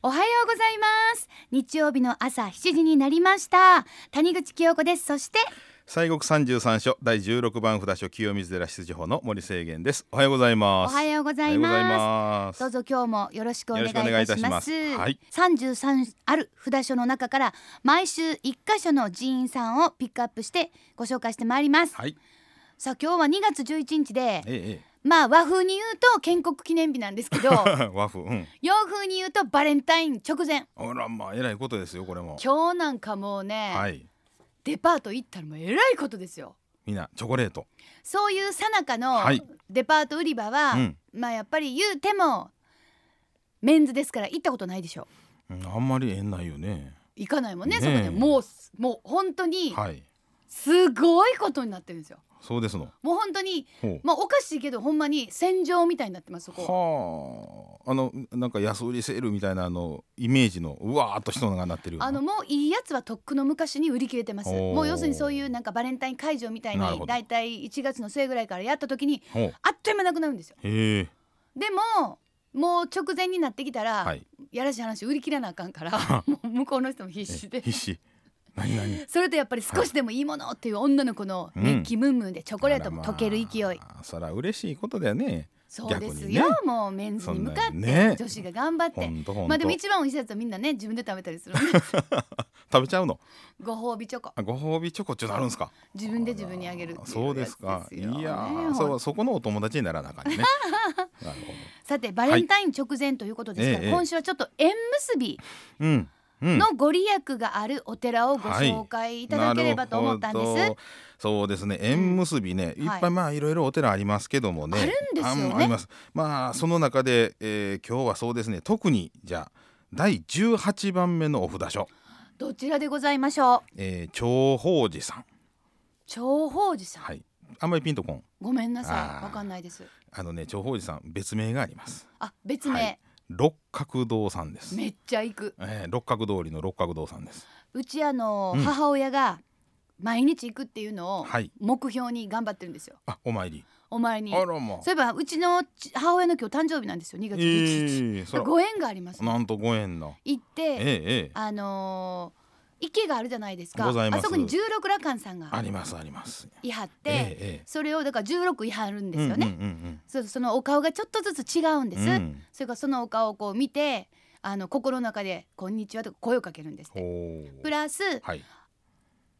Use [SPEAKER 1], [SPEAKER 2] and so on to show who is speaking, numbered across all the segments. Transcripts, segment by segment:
[SPEAKER 1] おはようございます日曜日の朝7時になりました谷口清子ですそして
[SPEAKER 2] 西国三十三所第十六番札所清水寺出自法の森清源です。おはようござい
[SPEAKER 1] お
[SPEAKER 2] ます。
[SPEAKER 1] はようございます
[SPEAKER 2] おはようございます
[SPEAKER 1] どうぞ今日もよろしくお願いい
[SPEAKER 2] よろしくお願い
[SPEAKER 1] た
[SPEAKER 2] いた
[SPEAKER 1] し
[SPEAKER 2] し
[SPEAKER 1] ま
[SPEAKER 2] ますすはい
[SPEAKER 1] 33ある札所の中から毎週一箇所の寺院さんをピックアップしてご紹介してまいります、
[SPEAKER 2] はい。
[SPEAKER 1] さあ今日は2月11日で
[SPEAKER 2] え
[SPEAKER 1] まあ和風に言うと建国記念日なんですけ ど
[SPEAKER 2] え、和風。うん。
[SPEAKER 1] 洋風に言うとバレンタイン直前
[SPEAKER 2] あらまあえらいことですよこれも。
[SPEAKER 1] 今日なんかもうね、
[SPEAKER 2] はい。
[SPEAKER 1] デパート行ったらもうえらいことですよ
[SPEAKER 2] みんなチョコレート。
[SPEAKER 1] そういう最中の
[SPEAKER 2] はい
[SPEAKER 1] デパート売り場は、
[SPEAKER 2] うん
[SPEAKER 1] まあやっぱり言うてもメンズですから行ったことないでしょ
[SPEAKER 2] うんあんまり縁ないよね。
[SPEAKER 1] 行かないもんね
[SPEAKER 2] ね
[SPEAKER 1] そ
[SPEAKER 2] え
[SPEAKER 1] こでもうもう本当に
[SPEAKER 2] はい。
[SPEAKER 1] すごいことになってるんですよ
[SPEAKER 2] そうですの。
[SPEAKER 1] もう本当に
[SPEAKER 2] ほ。
[SPEAKER 1] まあおかしいけどほんまに戦場みたいになってますそうこ
[SPEAKER 2] はあ。あのなんか安売りセールみたいなあのイメージのうわーっと人のがなってるような。
[SPEAKER 1] あのもういいやつはとっくの昔に売り切れてます
[SPEAKER 2] おー
[SPEAKER 1] もう要するにそういうなんかバレンタイン会場みたい
[SPEAKER 2] なるほ
[SPEAKER 1] に
[SPEAKER 2] ど
[SPEAKER 1] だいたい1月の末ぐらいからやった時に
[SPEAKER 2] ほう。
[SPEAKER 1] あっという間なくなるんですよ
[SPEAKER 2] へえ。
[SPEAKER 1] でももう直前になってきたら、
[SPEAKER 2] はい。
[SPEAKER 1] やらしい話売り切らなあかんから もう向こうの人も必死
[SPEAKER 2] え
[SPEAKER 1] で
[SPEAKER 2] 必死。何何。
[SPEAKER 1] それとやっぱり少しでもいいものっていう女の子の熱気ムンムンでチョコレートも溶ける勢い、
[SPEAKER 2] あらまあそら嬉しいことだよね。
[SPEAKER 1] そうです
[SPEAKER 2] 逆にね
[SPEAKER 1] よ、もうメンズに向かっ
[SPEAKER 2] そ
[SPEAKER 1] て、
[SPEAKER 2] んなね
[SPEAKER 1] 女子が頑張って
[SPEAKER 2] 本当本当。
[SPEAKER 1] まあでも一番美味しいやつはみんなね自分で食べたりするんで
[SPEAKER 2] 食べちゃうの。
[SPEAKER 1] ご褒美チョコ
[SPEAKER 2] あご褒美チョコってなるんですか。
[SPEAKER 1] 自分で自分にあげるっていうやつ
[SPEAKER 2] そうですか。
[SPEAKER 1] で
[SPEAKER 2] い
[SPEAKER 1] すよ
[SPEAKER 2] や
[SPEAKER 1] ね
[SPEAKER 2] ー、
[SPEAKER 1] ほん
[SPEAKER 2] そうそこのお友達にならなあか んね。なるほ
[SPEAKER 1] さてバレンタイン直前ということですから、
[SPEAKER 2] ええ
[SPEAKER 1] 今週はちょっと縁結び
[SPEAKER 2] ど。うん。うん。
[SPEAKER 1] のご利益があるお寺をご紹介いただければと思ったんです、
[SPEAKER 2] なるほどそうですね縁結びね、
[SPEAKER 1] うん
[SPEAKER 2] いっ
[SPEAKER 1] はい
[SPEAKER 2] ぱいまあいろいろお寺ありますけどもね
[SPEAKER 1] あるんですよね
[SPEAKER 2] あありますまあその中で、えー今日はそうですね特にじゃあ第18番目のお札所、
[SPEAKER 1] どちらでございましょう
[SPEAKER 2] えー、長宝寺さん
[SPEAKER 1] 長宝寺さん、
[SPEAKER 2] はいあんまりピンとこん
[SPEAKER 1] ごめんなさ
[SPEAKER 2] あ
[SPEAKER 1] い
[SPEAKER 2] ー
[SPEAKER 1] わかんないです
[SPEAKER 2] あのね長宝寺さん別名があります
[SPEAKER 1] あ別名、
[SPEAKER 2] はい六角堂さんです
[SPEAKER 1] めっちゃ行く
[SPEAKER 2] えー、六角通りの六角堂さんです。
[SPEAKER 1] うちあの、
[SPEAKER 2] うん
[SPEAKER 1] 母親が毎日行くっていうのを
[SPEAKER 2] はい
[SPEAKER 1] 目標に頑張ってるんですよ
[SPEAKER 2] あ、お参り。
[SPEAKER 1] お前
[SPEAKER 2] あ
[SPEAKER 1] に
[SPEAKER 2] らま
[SPEAKER 1] そういえばうちのち母親の今日誕生日なんですよ2
[SPEAKER 2] え
[SPEAKER 1] 月11日、
[SPEAKER 2] ー、そら
[SPEAKER 1] ご縁があります
[SPEAKER 2] なんとご縁の。
[SPEAKER 1] 行っ
[SPEAKER 2] ええ
[SPEAKER 1] て
[SPEAKER 2] ええ
[SPEAKER 1] あのー池があるじゃないですか
[SPEAKER 2] ございます
[SPEAKER 1] あそこに十六羅漢さんが
[SPEAKER 2] ありますあります。
[SPEAKER 1] いはって、
[SPEAKER 2] ええ
[SPEAKER 1] それをだから十六いはるん
[SPEAKER 2] ええ
[SPEAKER 1] ですよね、
[SPEAKER 2] うんうん
[SPEAKER 1] そうそのお顔がちょっとずつ違うんで
[SPEAKER 2] うん
[SPEAKER 1] す、
[SPEAKER 2] うん。
[SPEAKER 1] それからそのお顔をこう見てあの心の中で「こんにちは」とか声をかけるんですって。
[SPEAKER 2] ほう
[SPEAKER 1] プラス
[SPEAKER 2] はい。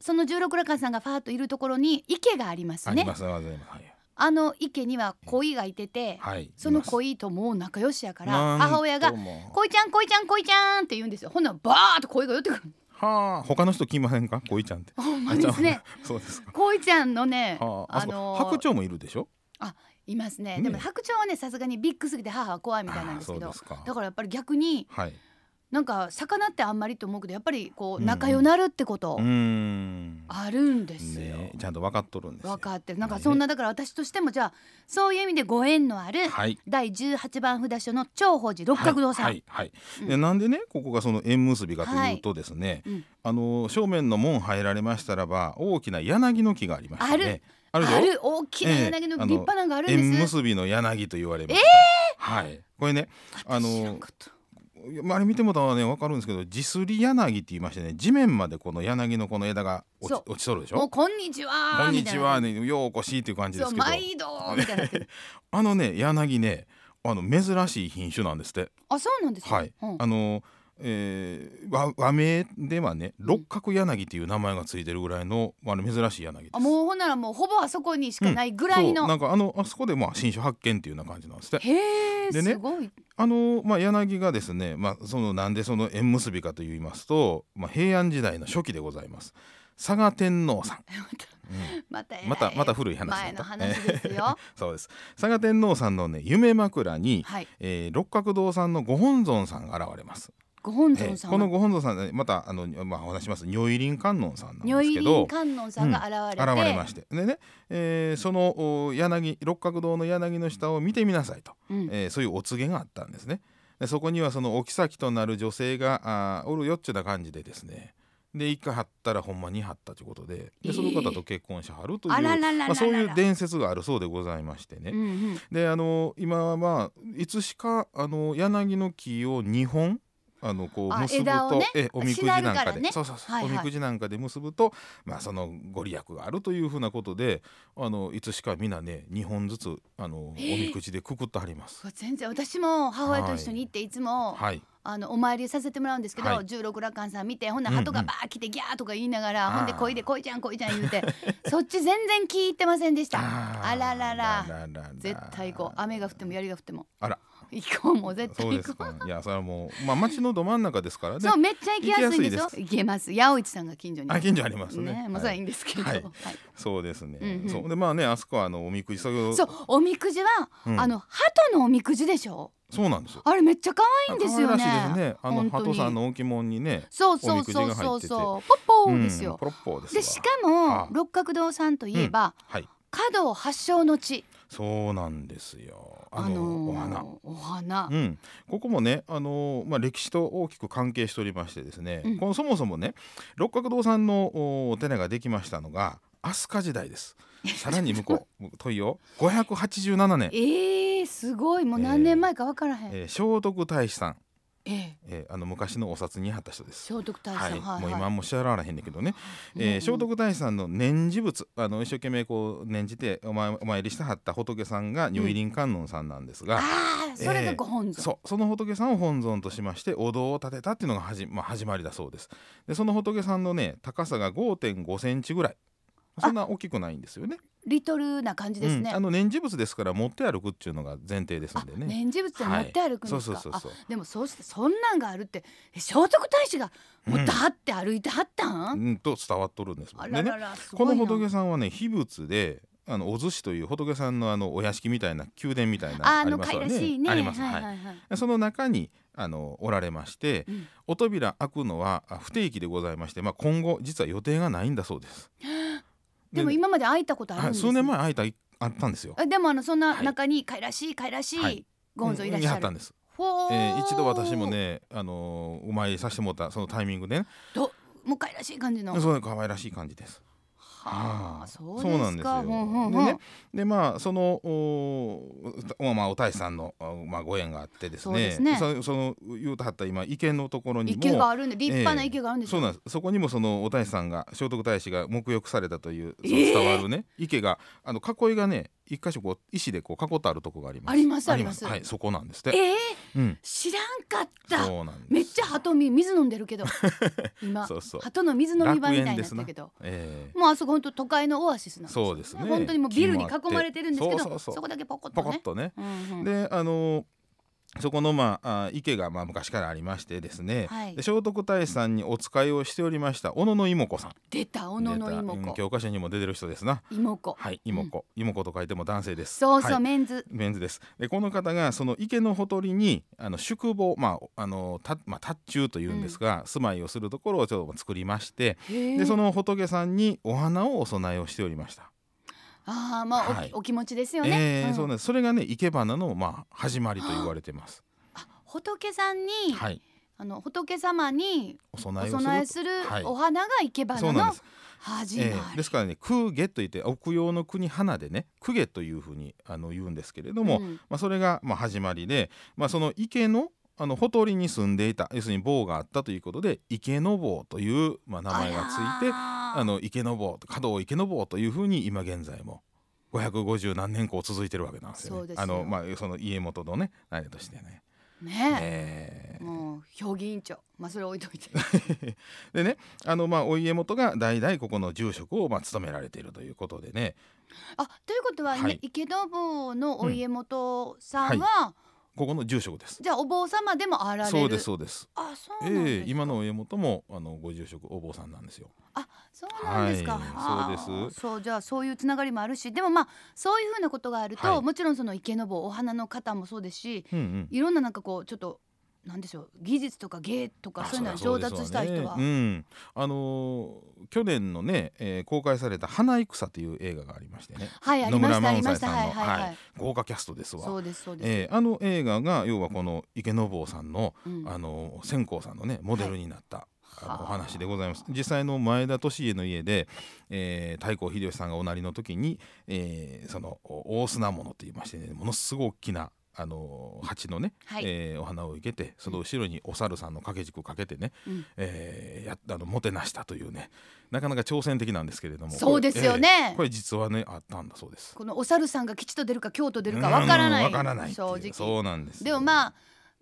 [SPEAKER 1] その十六羅漢さんがファーッといるところに池があります
[SPEAKER 2] あ
[SPEAKER 1] ね
[SPEAKER 2] りますあります。はい。
[SPEAKER 1] あの池には鯉がいてて、
[SPEAKER 2] はい。
[SPEAKER 1] その
[SPEAKER 2] い
[SPEAKER 1] 鯉ともう仲良しやか
[SPEAKER 2] ます
[SPEAKER 1] ら
[SPEAKER 2] なんと
[SPEAKER 1] 母親が「
[SPEAKER 2] も
[SPEAKER 1] 鯉ちゃん鯉ちゃん鯉ちゃん」って言うんですよほんならバーッと鯉が寄ってくる
[SPEAKER 2] はあ、他の人来ませんか、こいちゃんって。
[SPEAKER 1] ほんま ですね
[SPEAKER 2] あ。ちゃんそうですか。
[SPEAKER 1] 鯉ちゃんのね
[SPEAKER 2] はあ、あ
[SPEAKER 1] あ
[SPEAKER 2] そこ、
[SPEAKER 1] のー
[SPEAKER 2] 白鳥もいるでしょ。
[SPEAKER 1] いますね
[SPEAKER 2] ね
[SPEAKER 1] でも白鳥はねさすがにビッグすぎて母は怖いみたいなんですけ
[SPEAKER 2] あ
[SPEAKER 1] ど
[SPEAKER 2] ーそうですか
[SPEAKER 1] だからやっぱり逆に
[SPEAKER 2] はい。
[SPEAKER 1] なんか魚ってあんまりと思うけどやっぱりこ
[SPEAKER 2] うん
[SPEAKER 1] う
[SPEAKER 2] うん
[SPEAKER 1] 仲良なるってこと
[SPEAKER 2] うーん。
[SPEAKER 1] あるんですよ。
[SPEAKER 2] ねえ、ちゃんと分かっとるんですよ。
[SPEAKER 1] 分かってるなんかそんなだから私としてもじゃあそういう意味でご縁のある
[SPEAKER 2] はい。
[SPEAKER 1] 第18番札所の長宝寺六角堂さん、
[SPEAKER 2] はいはいはいで
[SPEAKER 1] う
[SPEAKER 2] なんでねここがその縁結びかというとですね、
[SPEAKER 1] うん
[SPEAKER 2] あの正面の門入られましたらば大きな柳の木がありましたね。
[SPEAKER 1] あ
[SPEAKER 2] ある
[SPEAKER 1] る
[SPEAKER 2] でしょ
[SPEAKER 1] 大きな柳の
[SPEAKER 2] ええ
[SPEAKER 1] 立派なのがあるん
[SPEAKER 2] 縁
[SPEAKER 1] です、
[SPEAKER 2] 結びの柳と言われます、はいこれねあの
[SPEAKER 1] 私知らんかった
[SPEAKER 2] いやまああれ見てもらったらね分かるんですけど地すり柳って言いましてね地面までこの柳のこの枝が落ち
[SPEAKER 1] そ
[SPEAKER 2] 落ちとるでし
[SPEAKER 1] もう
[SPEAKER 2] ょ
[SPEAKER 1] こんにちは
[SPEAKER 2] こんにちは、
[SPEAKER 1] み
[SPEAKER 2] ね、ようお越しっていう感
[SPEAKER 1] た
[SPEAKER 2] じ
[SPEAKER 1] い
[SPEAKER 2] で
[SPEAKER 1] な
[SPEAKER 2] す
[SPEAKER 1] そう
[SPEAKER 2] けど
[SPEAKER 1] 毎度みたいな
[SPEAKER 2] あのね柳ねあの珍しい品種なんですって。
[SPEAKER 1] あそうなんですか、
[SPEAKER 2] はい
[SPEAKER 1] うん
[SPEAKER 2] あの、えー和和名ではね六角柳っていう名前がついてるぐらいの、あの珍しい柳です。
[SPEAKER 1] あもうほんならもうほぼあそこにしかないぐらいの、
[SPEAKER 2] そうなんかあのあそこでまあ新種発見っていうような感じなんですね。
[SPEAKER 1] へえ、
[SPEAKER 2] ですね
[SPEAKER 1] ごい
[SPEAKER 2] あのまあ柳がですねまあそのなんでその縁結びかと言いますと、まあ平安時代の初期でございます。佐賀天皇さん。うん
[SPEAKER 1] また偉い
[SPEAKER 2] またまた古い話だ
[SPEAKER 1] 前
[SPEAKER 2] った
[SPEAKER 1] の話ですよ
[SPEAKER 2] そうです。佐賀天皇さんのね夢枕に、
[SPEAKER 1] はい
[SPEAKER 2] えー六角堂さんのご本尊さんが現れます。
[SPEAKER 1] ご本
[SPEAKER 2] え
[SPEAKER 1] 尊
[SPEAKER 2] ー
[SPEAKER 1] さん
[SPEAKER 2] この
[SPEAKER 1] は
[SPEAKER 2] ご本尊さんねまたあの、まあ、お話します如意輪観音さんなん
[SPEAKER 1] 如
[SPEAKER 2] です
[SPEAKER 1] 意
[SPEAKER 2] け
[SPEAKER 1] 輪
[SPEAKER 2] ど
[SPEAKER 1] 観音さんが現れて、
[SPEAKER 2] 現れましてでね、えーそのお柳六角堂の柳の下を見てみなさいと、
[SPEAKER 1] うん
[SPEAKER 2] えーそういうお告げがあったんですねでそこにはそのお妃となる女性があーおるよっちゅうな感じでですねで1回張ったらほんまに張ったということででその方と結婚しはるという、
[SPEAKER 1] あらららららら
[SPEAKER 2] まあ、そういう伝説があるそうでございましてね、
[SPEAKER 1] うんうん
[SPEAKER 2] であの今はまあいつしかあの柳の木を2本あのこう
[SPEAKER 1] あ
[SPEAKER 2] 結ぶ
[SPEAKER 1] 枝を
[SPEAKER 2] と、
[SPEAKER 1] ね
[SPEAKER 2] えおみくじ
[SPEAKER 1] しな
[SPEAKER 2] な
[SPEAKER 1] る
[SPEAKER 2] ん
[SPEAKER 1] か
[SPEAKER 2] からで
[SPEAKER 1] ね
[SPEAKER 2] そうそうそう
[SPEAKER 1] はいはい
[SPEAKER 2] おみくじなんかで結ぶと、まあ、そのご利益があるというふうなことであのいつしか皆ね2本ずつあのおみくじでくくってはります。
[SPEAKER 1] うわ全然私も母親と一緒に行っていつも、
[SPEAKER 2] はい、
[SPEAKER 1] あのお参りさせてもらうんですけど、
[SPEAKER 2] はい
[SPEAKER 1] 十六羅漢さん見てほんな
[SPEAKER 2] うん
[SPEAKER 1] ら
[SPEAKER 2] うん
[SPEAKER 1] 鳩がバー来てギャーとか言いながら、
[SPEAKER 2] あー
[SPEAKER 1] ほんで「こいでこいちゃんこいちゃん」言うてそっち全然聞いてませんでしたあららら絶対行こう雨が降っても槍が降っても
[SPEAKER 2] あら
[SPEAKER 1] 行こうもう絶対
[SPEAKER 2] そうで
[SPEAKER 1] 行
[SPEAKER 2] す
[SPEAKER 1] こう
[SPEAKER 2] かいやそれはもうまあ町のど真ん中ですからね
[SPEAKER 1] そうめっちゃ行きやすいんですよ
[SPEAKER 2] 行きやす
[SPEAKER 1] 行けます八百市さんが近所に
[SPEAKER 2] あ近所ありますね
[SPEAKER 1] ねもうそれはいいんですけど、
[SPEAKER 2] はい
[SPEAKER 1] はい
[SPEAKER 2] そうですね、
[SPEAKER 1] うんうん
[SPEAKER 2] そうでまあねあそこはあのおみくじ作業
[SPEAKER 1] そうおみくじは、
[SPEAKER 2] うん
[SPEAKER 1] あの鳩のおみくじでしょ
[SPEAKER 2] そうなんですよ
[SPEAKER 1] あれめっちゃ可愛いんですよね
[SPEAKER 2] 可愛らしいですねあの
[SPEAKER 1] 本当に
[SPEAKER 2] 鳩さんの置物にね
[SPEAKER 1] そうそうそうそうそうポッポーです
[SPEAKER 2] うん
[SPEAKER 1] よ、
[SPEAKER 2] ポロッポーですわ
[SPEAKER 1] でしかも、
[SPEAKER 2] はあ
[SPEAKER 1] 六角堂さんといえば、
[SPEAKER 2] はい
[SPEAKER 1] 華道発祥の地
[SPEAKER 2] そうなんですよあの、
[SPEAKER 1] ー
[SPEAKER 2] お花
[SPEAKER 1] お花
[SPEAKER 2] うん、ここもね、あのーまあ、歴史と大きく関係しておりましてですね、
[SPEAKER 1] うん
[SPEAKER 2] このそもそもね六角堂さんのおお寺ができましたのが飛鳥時 代ですさらに向こう問いよ587年、
[SPEAKER 1] えー、すごいもう何年前か分からへん、え
[SPEAKER 2] えー聖徳太子さん、
[SPEAKER 1] え
[SPEAKER 2] えーあの昔のお札に貼った人です。
[SPEAKER 1] 聖徳太子
[SPEAKER 2] は
[SPEAKER 1] さ
[SPEAKER 2] い、
[SPEAKER 1] ん、はい
[SPEAKER 2] もう
[SPEAKER 1] はい
[SPEAKER 2] 今も知られへんねんけどね、えー聖徳
[SPEAKER 1] もう
[SPEAKER 2] 太子さんの念事物あの一生懸命こう念じてお参お参りしてはった仏さんが如意輪観音さんなんですが、
[SPEAKER 1] ああそれがご本尊、
[SPEAKER 2] そうその仏さんを本尊としましてお堂を建てたっていうのがはじ、まあ、始まりだそうですでその仏さんのね高さが5.5センチぐらいそんな大きくないんですよね
[SPEAKER 1] リトルな感じですね、
[SPEAKER 2] うん、あの念事物ですから持って歩くっていうのが前提ですんで
[SPEAKER 1] あ
[SPEAKER 2] ね
[SPEAKER 1] 念事物で持って歩くんですか、
[SPEAKER 2] そうそうそうそう
[SPEAKER 1] あでもそうしてそんなんがあるってえ聖徳太子が持ってはって歩いてはったん、
[SPEAKER 2] うんと伝わっとるんですも
[SPEAKER 1] あ
[SPEAKER 2] ん
[SPEAKER 1] ら
[SPEAKER 2] ね
[SPEAKER 1] ららすご
[SPEAKER 2] こ
[SPEAKER 1] いな
[SPEAKER 2] の仏さんはね秘仏であのお寿司という仏さんのあのお屋敷みたいな宮殿みたいな
[SPEAKER 1] あ
[SPEAKER 2] あ
[SPEAKER 1] あ
[SPEAKER 2] り
[SPEAKER 1] の
[SPEAKER 2] ます
[SPEAKER 1] かい
[SPEAKER 2] わ
[SPEAKER 1] らしいね
[SPEAKER 2] ありますはい、
[SPEAKER 1] はいはい
[SPEAKER 2] でその中にあのおられまして、
[SPEAKER 1] うん
[SPEAKER 2] お扉開くのはあ不定期でございまして、まあ、今後実は予定がないんだそうです。
[SPEAKER 1] でも今まで会いたことあるん
[SPEAKER 2] あ
[SPEAKER 1] です、ね、
[SPEAKER 2] 数年前開いたあったんですよ。
[SPEAKER 1] あでもあのそんな
[SPEAKER 2] はい
[SPEAKER 1] 中にかいらしいかいらし
[SPEAKER 2] はいい
[SPEAKER 1] ご本尊いらっし
[SPEAKER 2] うん
[SPEAKER 1] ゃ
[SPEAKER 2] や
[SPEAKER 1] る、
[SPEAKER 2] たんです。
[SPEAKER 1] ほ
[SPEAKER 2] え
[SPEAKER 1] ー
[SPEAKER 2] ー一度私もね、あのーお参りさせてもらったそのタイミングでね、
[SPEAKER 1] どもうかいらしい感じの
[SPEAKER 2] そう可愛らしい感じです。
[SPEAKER 1] は
[SPEAKER 2] は
[SPEAKER 1] あ
[SPEAKER 2] あ
[SPEAKER 1] そうですか
[SPEAKER 2] そう
[SPEAKER 1] ほん
[SPEAKER 2] な
[SPEAKER 1] ほ
[SPEAKER 2] ん
[SPEAKER 1] ん
[SPEAKER 2] です
[SPEAKER 1] ほ
[SPEAKER 2] よ。
[SPEAKER 1] ん
[SPEAKER 2] でね、でまあそのおおまあお太子さんのあまあご縁があってです
[SPEAKER 1] そうで
[SPEAKER 2] ね。
[SPEAKER 1] すね
[SPEAKER 2] そその言うとはった今池のところにも
[SPEAKER 1] 池があるんで立派な池があるんです
[SPEAKER 2] そう
[SPEAKER 1] よ、
[SPEAKER 2] なんですそこにもそのお太子さんが聖徳太子が沐浴されたというその伝わるね、池があの囲いがね一箇所こう石でこう囲ってあるとこがあります
[SPEAKER 1] ありますあります
[SPEAKER 2] はいそこなんですって
[SPEAKER 1] えー、
[SPEAKER 2] うん
[SPEAKER 1] 知らんかった
[SPEAKER 2] そうなんです
[SPEAKER 1] めっちゃ鳩み水飲んでるけ ど今
[SPEAKER 2] そうそう
[SPEAKER 1] 鳩の水飲み場みたいになっ
[SPEAKER 2] 楽園です
[SPEAKER 1] た
[SPEAKER 2] な
[SPEAKER 1] けど
[SPEAKER 2] ええ
[SPEAKER 1] もうあそこ本当都会のオアシスなんですよ
[SPEAKER 2] そうですね
[SPEAKER 1] 本当にもうビルに囲まれてるんですけど
[SPEAKER 2] 木
[SPEAKER 1] そ
[SPEAKER 2] もあってそうそうそう
[SPEAKER 1] こだけポコッと
[SPEAKER 2] ポコッ
[SPEAKER 1] ね
[SPEAKER 2] とね
[SPEAKER 1] うんうん
[SPEAKER 2] であのそこの、まあ、あ池が、まあ、昔からありましてですね、
[SPEAKER 1] はい
[SPEAKER 2] で聖徳太子さんにお使いをしておりました小野の妹子さん
[SPEAKER 1] 出た小野の妹
[SPEAKER 2] 出たうん
[SPEAKER 1] 子
[SPEAKER 2] 教科書にも出てる人ですな
[SPEAKER 1] 妹子
[SPEAKER 2] はい妹子、妹子と書いても男性です
[SPEAKER 1] そうそう、
[SPEAKER 2] はい
[SPEAKER 1] メンズ
[SPEAKER 2] メンズです。でこの方がその池のほとりにあの宿坊まああのたまあ達中というんですが、住まいをするところをちょっと作りまして、
[SPEAKER 1] で
[SPEAKER 2] でその仏さんにお花をお供えをしておりました。
[SPEAKER 1] ああまあ、おき
[SPEAKER 2] はい
[SPEAKER 1] お気持ちですよね。
[SPEAKER 2] えーそう
[SPEAKER 1] ね
[SPEAKER 2] なんです。それがね生け花のまあ始まりと言われてます。
[SPEAKER 1] 仏さんに、
[SPEAKER 2] はい。
[SPEAKER 1] あの仏様に
[SPEAKER 2] お供
[SPEAKER 1] お
[SPEAKER 2] えを
[SPEAKER 1] 供え
[SPEAKER 2] す
[SPEAKER 1] する
[SPEAKER 2] はい
[SPEAKER 1] お花が生け
[SPEAKER 2] る。
[SPEAKER 1] 花
[SPEAKER 2] そうなん
[SPEAKER 1] の
[SPEAKER 2] です。
[SPEAKER 1] 始まり。
[SPEAKER 2] えーですからね、空下といって奥用の国花でね、空下というふうにあの言うんですけれども、
[SPEAKER 1] うん
[SPEAKER 2] まあ、それがまあ始まりで、まあ、その池のあのほとりに住んでいた要するに坊があったということで池の坊というまあ名前がついて
[SPEAKER 1] あ
[SPEAKER 2] あ
[SPEAKER 1] らー
[SPEAKER 2] の池の坊華道池の坊というふうに今現在も550何年こう続いてるわけなんですよね。
[SPEAKER 1] そうですよ
[SPEAKER 2] あのまあその家元のねあれとしてね。
[SPEAKER 1] ね
[SPEAKER 2] え
[SPEAKER 1] え、もう評議委員長、まあそれ置いと いて。
[SPEAKER 2] ーでねあのまあお家元が代々ここの住職をまあ務められているということでね
[SPEAKER 1] あということは、
[SPEAKER 2] はい
[SPEAKER 1] 池田坊のお家元さんは、
[SPEAKER 2] ここの住職です。
[SPEAKER 1] じゃあお坊様でもあられる。
[SPEAKER 2] そうですそうです。
[SPEAKER 1] あそうなんです
[SPEAKER 2] ええ
[SPEAKER 1] か。
[SPEAKER 2] 今のお家元もあのご住職お坊さんなんですよ。
[SPEAKER 1] そうなんですか。
[SPEAKER 2] はい
[SPEAKER 1] あー
[SPEAKER 2] そうです
[SPEAKER 1] そうじゃあそういうつながりもあるし、でもまあそういうふうなことがあると、
[SPEAKER 2] はい
[SPEAKER 1] もちろんその池の坊お花の方もそうですし、
[SPEAKER 2] うんうん、
[SPEAKER 1] いろんななんかこうちょっとなんでしょう技術とか芸とか
[SPEAKER 2] あ
[SPEAKER 1] そういうのは
[SPEAKER 2] そ
[SPEAKER 1] 上
[SPEAKER 2] りゃ
[SPEAKER 1] 達したい人は、
[SPEAKER 2] そうですわねうん、あのー去年のね、えー公開された花戦という映画がありましてね。
[SPEAKER 1] はいありましたあ
[SPEAKER 2] 野
[SPEAKER 1] りま
[SPEAKER 2] 村萬
[SPEAKER 1] し
[SPEAKER 2] 斎
[SPEAKER 1] た
[SPEAKER 2] さ
[SPEAKER 1] は
[SPEAKER 2] ん
[SPEAKER 1] い
[SPEAKER 2] の
[SPEAKER 1] はいはい、
[SPEAKER 2] はい豪華キャストですわ。
[SPEAKER 1] そうですそうです、
[SPEAKER 2] えーあの映画が要はこの池坊さんの、
[SPEAKER 1] うん
[SPEAKER 2] あのー線香さんのねモデルになった。あの
[SPEAKER 1] は
[SPEAKER 2] お
[SPEAKER 1] あ
[SPEAKER 2] 話でございます実際の前田利家の家で、えー、太閤秀吉さんがおなりの時に、えーそのお大砂物と言いましてねものすごい大きなあの蜂のね、
[SPEAKER 1] はい
[SPEAKER 2] えーお花を生けてその後ろにお猿さんの掛け軸かけてね、
[SPEAKER 1] うん
[SPEAKER 2] えーやあのもてなしたというねなかなか挑戦的なんですけれども
[SPEAKER 1] そうですよ
[SPEAKER 2] これ,えー、
[SPEAKER 1] ね
[SPEAKER 2] こ。れ実はねあったんだそうです。
[SPEAKER 1] このお猿さんが吉と出るか京と出るかわからない。
[SPEAKER 2] うんわからないっていう
[SPEAKER 1] 正直。
[SPEAKER 2] そうなんです
[SPEAKER 1] でも
[SPEAKER 2] あ
[SPEAKER 1] まあ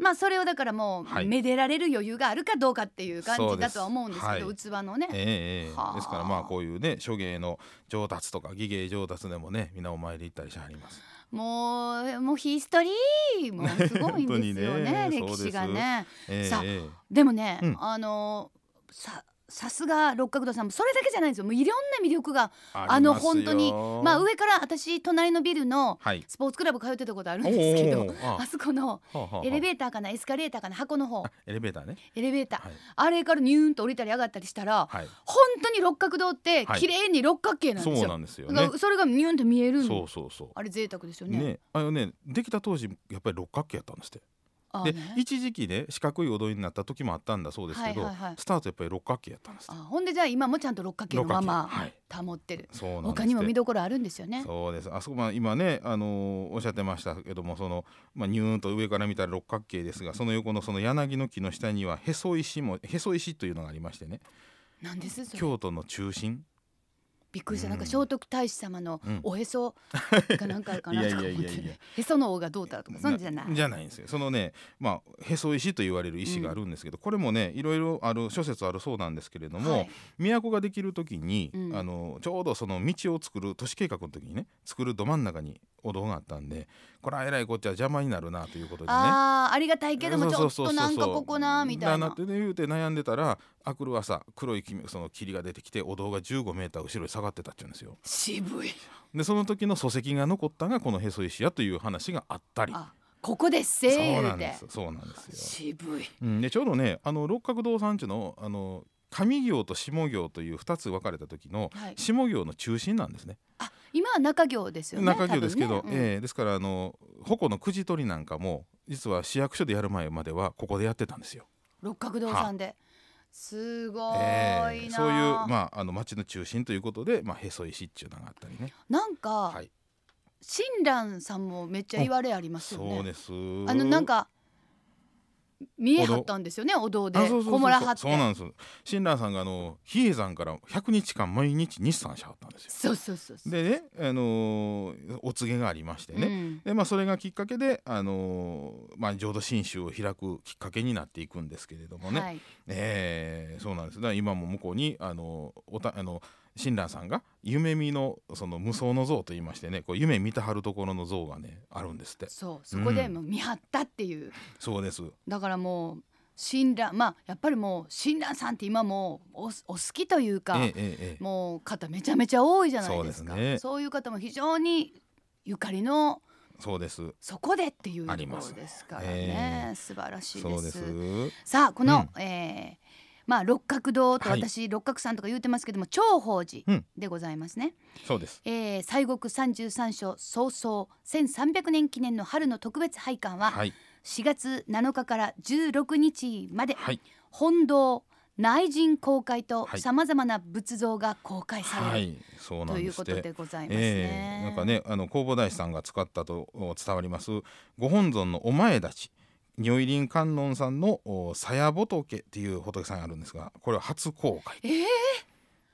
[SPEAKER 1] まあそれをだからも
[SPEAKER 2] は
[SPEAKER 1] う
[SPEAKER 2] い
[SPEAKER 1] めでられる余裕があるかどうかっていう感
[SPEAKER 2] そ
[SPEAKER 1] じ
[SPEAKER 2] うで
[SPEAKER 1] だ
[SPEAKER 2] す
[SPEAKER 1] とは思うんですけど、
[SPEAKER 2] はい
[SPEAKER 1] 器のね、
[SPEAKER 2] ええええ
[SPEAKER 1] はあ
[SPEAKER 2] ですからまあこういうね書芸の上達とか技芸上達でもね皆お参り行ったりしはります。
[SPEAKER 1] もうもうヒストリーもうすごいんですよね
[SPEAKER 2] 本当にね
[SPEAKER 1] 歴史がね
[SPEAKER 2] ええ
[SPEAKER 1] さあ
[SPEAKER 2] ええ
[SPEAKER 1] でもね、
[SPEAKER 2] うん
[SPEAKER 1] あのささすが六角堂さんもそれだけじゃないんですよもういろんな魅力が
[SPEAKER 2] あ
[SPEAKER 1] の
[SPEAKER 2] りますよ
[SPEAKER 1] 本当にまあ上から私隣のビルの
[SPEAKER 2] はい
[SPEAKER 1] スポーツクラブ通ってたことあるん
[SPEAKER 2] お
[SPEAKER 1] ですけ
[SPEAKER 2] ー
[SPEAKER 1] ど
[SPEAKER 2] おーあ
[SPEAKER 1] あそこの
[SPEAKER 2] はあはあはあ
[SPEAKER 1] エレベーターかなエスカレーターかな箱の方
[SPEAKER 2] あエレベーターね
[SPEAKER 1] エレベーター
[SPEAKER 2] はい、
[SPEAKER 1] あれからニューンと降りたり上がったりしたら
[SPEAKER 2] はい、
[SPEAKER 1] 本当に六角堂って
[SPEAKER 2] はい
[SPEAKER 1] 綺麗に六角形なんです
[SPEAKER 2] そう
[SPEAKER 1] よ。
[SPEAKER 2] なんですよ
[SPEAKER 1] だ
[SPEAKER 2] ね
[SPEAKER 1] からそれがニューンと見えるん
[SPEAKER 2] そうそうそう
[SPEAKER 1] あれ贅沢ですよね。
[SPEAKER 2] ねあのねできた当時やっぱり六角形やったんですって
[SPEAKER 1] あ
[SPEAKER 2] で、
[SPEAKER 1] ーね
[SPEAKER 2] 一時期ね四角い踊りになった時もあったんだそうですけど、
[SPEAKER 1] はいはいはい
[SPEAKER 2] スタートやっぱり六角形やったんです
[SPEAKER 1] あ
[SPEAKER 2] って
[SPEAKER 1] ほんでじゃあ今もちゃんと六角形のまま
[SPEAKER 2] 六角形
[SPEAKER 1] 保ってる。
[SPEAKER 2] そうなんですって
[SPEAKER 1] 他にも見どころあるんですよね。
[SPEAKER 2] そうですあそこまあ今ね、あのーおっしゃってましたけどもその、まあ、ニューンと上から見たら六角形ですがその横のその柳の木の下にはへそ石もへそ石というのがありましてね
[SPEAKER 1] なんですそれ。
[SPEAKER 2] 京都の中心
[SPEAKER 1] びっくりした
[SPEAKER 2] うん
[SPEAKER 1] なんか聖徳太子様の
[SPEAKER 2] うん
[SPEAKER 1] おへ そかなんかか
[SPEAKER 2] い
[SPEAKER 1] な
[SPEAKER 2] や
[SPEAKER 1] と
[SPEAKER 2] い
[SPEAKER 1] か
[SPEAKER 2] や
[SPEAKER 1] 思っ
[SPEAKER 2] いやい
[SPEAKER 1] て
[SPEAKER 2] や
[SPEAKER 1] ねへその王がどうたらとかそんじゃない。
[SPEAKER 2] じゃないんですよそのね、まあ、へそ石と言われる石があるんですけど、これもねいろいろある諸説あるそうなんですけれども、
[SPEAKER 1] はい
[SPEAKER 2] 都ができる時に、
[SPEAKER 1] うん
[SPEAKER 2] あのちょうどその道を作る都市計画の時にね作るど真ん中にお堂があったんでこれはえらいこっちゃ邪魔になるなということでね。
[SPEAKER 1] あーありがたいけどもち
[SPEAKER 2] そ
[SPEAKER 1] ょ
[SPEAKER 2] う
[SPEAKER 1] っと
[SPEAKER 2] そうそうそう
[SPEAKER 1] なんかここなみたい
[SPEAKER 2] だな
[SPEAKER 1] な
[SPEAKER 2] って、ね、言うて悩んでたらあくる朝黒い君その霧が出てきてお堂が1 5メーター後ろに下がってたって言うんですよ。
[SPEAKER 1] 渋い
[SPEAKER 2] でその時の礎石が残ったのがこのへそ石やという話があったり。
[SPEAKER 1] あここでせ
[SPEAKER 2] そう
[SPEAKER 1] ー
[SPEAKER 2] な
[SPEAKER 1] 言
[SPEAKER 2] ん
[SPEAKER 1] う
[SPEAKER 2] で
[SPEAKER 1] て
[SPEAKER 2] すそうなんですよ。
[SPEAKER 1] 渋い
[SPEAKER 2] うん、でちょうどねあの六角堂さんちのあの上行と下行という2つ分かれた時の
[SPEAKER 1] はい
[SPEAKER 2] 下行の中心なんですね
[SPEAKER 1] あ今は中行ですよね
[SPEAKER 2] 中行ですけど、
[SPEAKER 1] 多分ねうん
[SPEAKER 2] えーですからあの鉾のくじ取りなんかも実は市役所でやる前まではここでやってたんですよ。
[SPEAKER 1] 六角堂さんですごいな、
[SPEAKER 2] えーそういう、まあ、あの町の中心ということで、まあ、へそ石っていうのがあったりね。
[SPEAKER 1] なんか、
[SPEAKER 2] はい、
[SPEAKER 1] 親鸞さんもめっちゃ言われありますよ
[SPEAKER 2] そう
[SPEAKER 1] ね
[SPEAKER 2] です
[SPEAKER 1] あのなんか見えはったんですよねお堂で
[SPEAKER 2] あそうそうそうそう
[SPEAKER 1] こもらはって
[SPEAKER 2] そうなんです親鸞さんがあの比叡山から100日間毎日日産しはったんですよ。
[SPEAKER 1] そうそうそうそう
[SPEAKER 2] でね、あのーお告げがありましてね、
[SPEAKER 1] うん
[SPEAKER 2] でまあ、それがきっかけで、あのーまあ、浄土真宗を開くきっかけになっていくんですけれどもね、
[SPEAKER 1] はい、
[SPEAKER 2] えーそうなんですだから今も向こうに、あのーおたあの親鸞さんが夢見のその無双の像といいましてねこう夢見たはるところの像がねあるんですって
[SPEAKER 1] そうそこでもう見張ったっていう、
[SPEAKER 2] そうです
[SPEAKER 1] だからもう親鸞まあやっぱりもう親鸞さんって今もうおお好きというか、
[SPEAKER 2] ええええええ
[SPEAKER 1] もう方めちゃめちゃ多いじゃないですか
[SPEAKER 2] そ
[SPEAKER 1] そう
[SPEAKER 2] うですね
[SPEAKER 1] いう方も非常にゆかりの
[SPEAKER 2] そうです
[SPEAKER 1] そこでっていうと
[SPEAKER 2] あ
[SPEAKER 1] こ
[SPEAKER 2] ります
[SPEAKER 1] ろですからね
[SPEAKER 2] え
[SPEAKER 1] 素晴らしいで
[SPEAKER 2] そう
[SPEAKER 1] す
[SPEAKER 2] です
[SPEAKER 1] さあこの、えーまあ六角堂と私、六角さんとか言ってますけども長宝
[SPEAKER 2] う
[SPEAKER 1] 寺
[SPEAKER 2] ん
[SPEAKER 1] でございますね、
[SPEAKER 2] そうです
[SPEAKER 1] えー西国三十三所総総1300年記念の春の特別拝観は
[SPEAKER 2] はい
[SPEAKER 1] 4月7日から16日まで、
[SPEAKER 2] はい
[SPEAKER 1] 本堂内陣公開と
[SPEAKER 2] はい
[SPEAKER 1] さまざまな仏像が公開される、
[SPEAKER 2] はいそうなん
[SPEAKER 1] とい
[SPEAKER 2] で
[SPEAKER 1] う
[SPEAKER 2] す
[SPEAKER 1] こ
[SPEAKER 2] っ
[SPEAKER 1] と
[SPEAKER 2] て
[SPEAKER 1] でございます
[SPEAKER 2] え
[SPEAKER 1] ね。
[SPEAKER 2] えなんかねあの弘法大師さんが使ったとお伝わりますご本尊のお前たち如意輪観音さんのお鞘仏っていう仏さんがあるんですがこれは初公開
[SPEAKER 1] ええ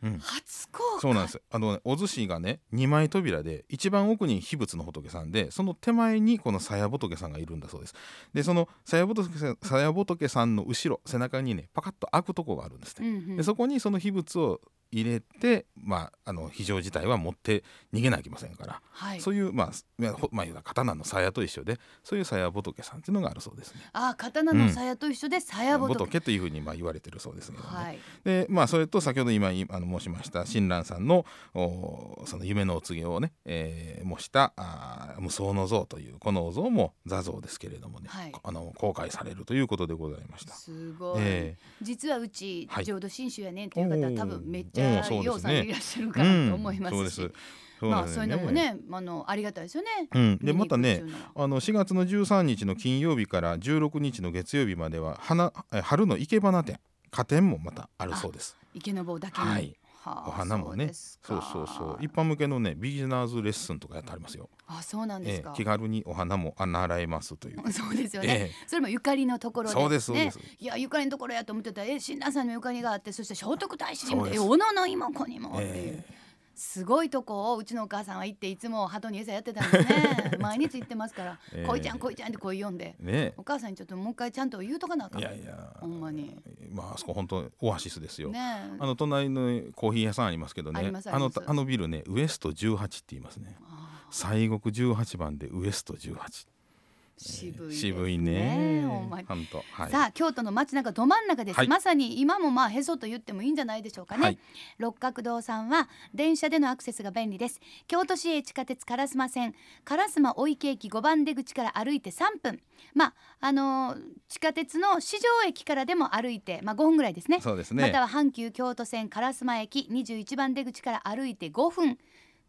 [SPEAKER 2] うん
[SPEAKER 1] 初公開。
[SPEAKER 2] そうなんですあのねお寿司がね2枚扉で一番奥に秘仏の仏さんでその手前にこの鞘仏さんがいるんだそうですでその鞘仏さん鞘仏さんの後ろ背中にねパカッと開くとこがあるんですね、
[SPEAKER 1] うんうん
[SPEAKER 2] でそこにその秘仏を入れて、まあ、あの非常事態は持って逃げなきゃいけませんから、
[SPEAKER 1] はい。
[SPEAKER 2] そういう、まあすまあほまあ、刀の鞘と一緒でそういう鞘仏さんっていうのがあるそうですね。
[SPEAKER 1] ああ刀の鞘と一緒で鞘仏。
[SPEAKER 2] 仏っていうふうにまあ言われてるそうですけどね。
[SPEAKER 1] はい。
[SPEAKER 2] でまあ、それと先ほど今いあの申しました親鸞さんのおその夢のお告げをね、えー模したあー無双の像というこのお像も座像ですけれどもね、
[SPEAKER 1] はい
[SPEAKER 2] あの公開されるということでございました。
[SPEAKER 1] すごい、
[SPEAKER 2] え
[SPEAKER 1] 実はうち
[SPEAKER 2] はい
[SPEAKER 1] 浄土真宗やねんっていう方、
[SPEAKER 2] おー
[SPEAKER 1] 多分めっち
[SPEAKER 2] おー
[SPEAKER 1] ゃ
[SPEAKER 2] そうですね
[SPEAKER 1] ようさんいらっしゃる
[SPEAKER 2] え
[SPEAKER 1] かなと思いま
[SPEAKER 2] う
[SPEAKER 1] す
[SPEAKER 2] ん
[SPEAKER 1] し、
[SPEAKER 2] そうですそう
[SPEAKER 1] ま
[SPEAKER 2] な
[SPEAKER 1] あ
[SPEAKER 2] んです
[SPEAKER 1] そうい
[SPEAKER 2] よ
[SPEAKER 1] うのもねあのありがたいですよね。
[SPEAKER 2] うん、
[SPEAKER 1] 見に
[SPEAKER 2] で
[SPEAKER 1] 行
[SPEAKER 2] ま
[SPEAKER 1] く
[SPEAKER 2] た
[SPEAKER 1] って
[SPEAKER 2] ね
[SPEAKER 1] いうのは
[SPEAKER 2] あの4月の13日の金曜日から16日の月曜日までは花え春の生け花展花展もまたあるそうです。
[SPEAKER 1] 池の坊だけに、
[SPEAKER 2] はい、
[SPEAKER 1] はあ
[SPEAKER 2] お花もねそうそうそう一般向けのねビギナーズレッスンとかやってありますよ、
[SPEAKER 1] あそうなんです
[SPEAKER 2] え
[SPEAKER 1] か
[SPEAKER 2] え、気軽にお花もあ習えますという、
[SPEAKER 1] そうですよね、
[SPEAKER 2] え
[SPEAKER 1] それもゆかりのところで、ね、
[SPEAKER 2] そうですそうです
[SPEAKER 1] いやゆかりのところやと思ってたらえ親鸞さんにもゆかりがあってそして聖徳太子にも
[SPEAKER 2] そう
[SPEAKER 1] え
[SPEAKER 2] です
[SPEAKER 1] 小野の妹子にもっていう、
[SPEAKER 2] え
[SPEAKER 1] すごいとこをうちのお母さんは行っていつも鳩に餌やってたんです ね毎日行ってますから
[SPEAKER 2] え
[SPEAKER 1] 「
[SPEAKER 2] え
[SPEAKER 1] 恋、ちゃん恋ちゃん」って恋読んで
[SPEAKER 2] えね
[SPEAKER 1] お母さんにちょっともう一回ちゃんと言うとかなあか
[SPEAKER 2] え
[SPEAKER 1] ん
[SPEAKER 2] いやいや
[SPEAKER 1] ほんまに
[SPEAKER 2] まああそこ本当オアシスですよ、
[SPEAKER 1] ねえ
[SPEAKER 2] あの隣のコーヒー屋さんありますけど
[SPEAKER 1] あり
[SPEAKER 2] ね
[SPEAKER 1] ますあ
[SPEAKER 2] あ
[SPEAKER 1] りま
[SPEAKER 2] の
[SPEAKER 1] す
[SPEAKER 2] あのビルねウエスト18って言いますね
[SPEAKER 1] あ
[SPEAKER 2] 西国18番でウエスト18
[SPEAKER 1] 渋いです
[SPEAKER 2] 渋いね
[SPEAKER 1] ほんまに
[SPEAKER 2] ほんとはい
[SPEAKER 1] さあ京都の街中ど真ん中です、
[SPEAKER 2] はい
[SPEAKER 1] まさに今もまあへそと言ってもいいんじゃないでしょうかね、
[SPEAKER 2] はい
[SPEAKER 1] 六角堂さんは電車でのアクセスが便利です京都市営地下鉄烏丸線烏丸大池駅5番出口から歩いて3分まああのー地下鉄の市場駅からでも歩いてまあ5分ぐらいですね
[SPEAKER 2] そうです
[SPEAKER 1] ま
[SPEAKER 2] ね
[SPEAKER 1] たは阪急京都線烏丸駅21番出口から歩いて5分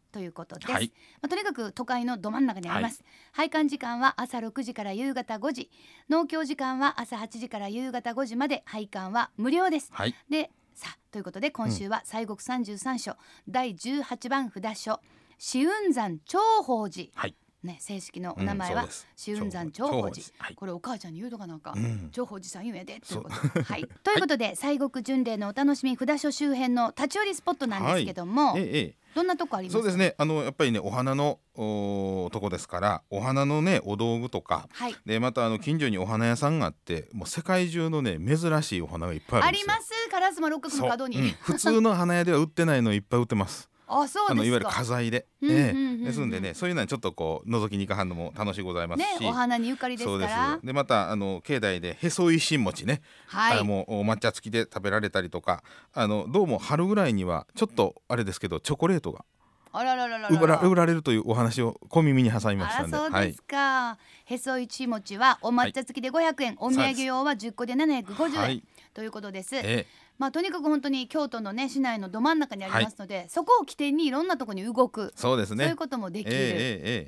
[SPEAKER 1] ということです、
[SPEAKER 2] はい
[SPEAKER 1] まあ、とにかく都会のど真ん中にあります、拝観時間は朝6時から夕方5時農協時間は朝8時から夕方5時まで拝観は無料です
[SPEAKER 2] はい
[SPEAKER 1] でさあということで今週は西国三十三所、第18番札所紫雲山長宝寺、
[SPEAKER 2] はい
[SPEAKER 1] ね、正式のお
[SPEAKER 2] うん
[SPEAKER 1] 名前は、
[SPEAKER 2] そうです
[SPEAKER 1] 紫雲山長宝
[SPEAKER 2] 長宝
[SPEAKER 1] 寺
[SPEAKER 2] 寺はい
[SPEAKER 1] これお母ちゃんに言うとかなんか、
[SPEAKER 2] うん
[SPEAKER 1] 長宝寺さん有名でという ことで、はい、ということで、西国巡礼のお楽しみ札所周辺の立ち寄りスポットなんですけども、
[SPEAKER 2] ええええ
[SPEAKER 1] どんなとこあります
[SPEAKER 2] そ
[SPEAKER 1] か
[SPEAKER 2] うですねあのやっぱりねお花のおーとこですからお花のねお道具とか
[SPEAKER 1] はい
[SPEAKER 2] でまたあの近所にお花屋さんがあってもう世界中のね珍しいお花がいっぱいあ
[SPEAKER 1] あ
[SPEAKER 2] るんで
[SPEAKER 1] り
[SPEAKER 2] すよ。
[SPEAKER 1] ます烏丸六角の角に、
[SPEAKER 2] そううん普通の花屋では売ってないのいっぱい売ってます。
[SPEAKER 1] あそうですか
[SPEAKER 2] あのいわゆる花材で、
[SPEAKER 1] うん
[SPEAKER 2] え
[SPEAKER 1] うんうんうん
[SPEAKER 2] えですんでねそういうのはちょっとこう覗きに行かはんのも楽しいございます
[SPEAKER 1] ね
[SPEAKER 2] し、
[SPEAKER 1] お花にゆかりです
[SPEAKER 2] そう
[SPEAKER 1] か
[SPEAKER 2] で
[SPEAKER 1] ら
[SPEAKER 2] すでまたあの境内でへそいしん餅ね、
[SPEAKER 1] は
[SPEAKER 2] あ
[SPEAKER 1] い
[SPEAKER 2] もうお抹茶付きで食べられたりとかあのどうも春ぐらいにはちょっとあれですけどチョコレートが
[SPEAKER 1] あららららら
[SPEAKER 2] 売ら売られるというお話を小耳に挟みまし
[SPEAKER 1] あ
[SPEAKER 2] た
[SPEAKER 1] ら
[SPEAKER 2] んで
[SPEAKER 1] そうですか、へそ一餅はお抹茶付きで500円、お土産用は10個で750円、
[SPEAKER 2] はい
[SPEAKER 1] ということです、
[SPEAKER 2] え
[SPEAKER 1] まあとにかく本当に京都のね市内のど真ん中にありますので、そこを起点にいろんなところに動く、
[SPEAKER 2] えそうです
[SPEAKER 1] そうい
[SPEAKER 2] ね
[SPEAKER 1] うこともでき
[SPEAKER 2] え
[SPEAKER 1] る、
[SPEAKER 2] ええええ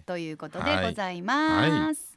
[SPEAKER 2] え
[SPEAKER 1] ということでございます、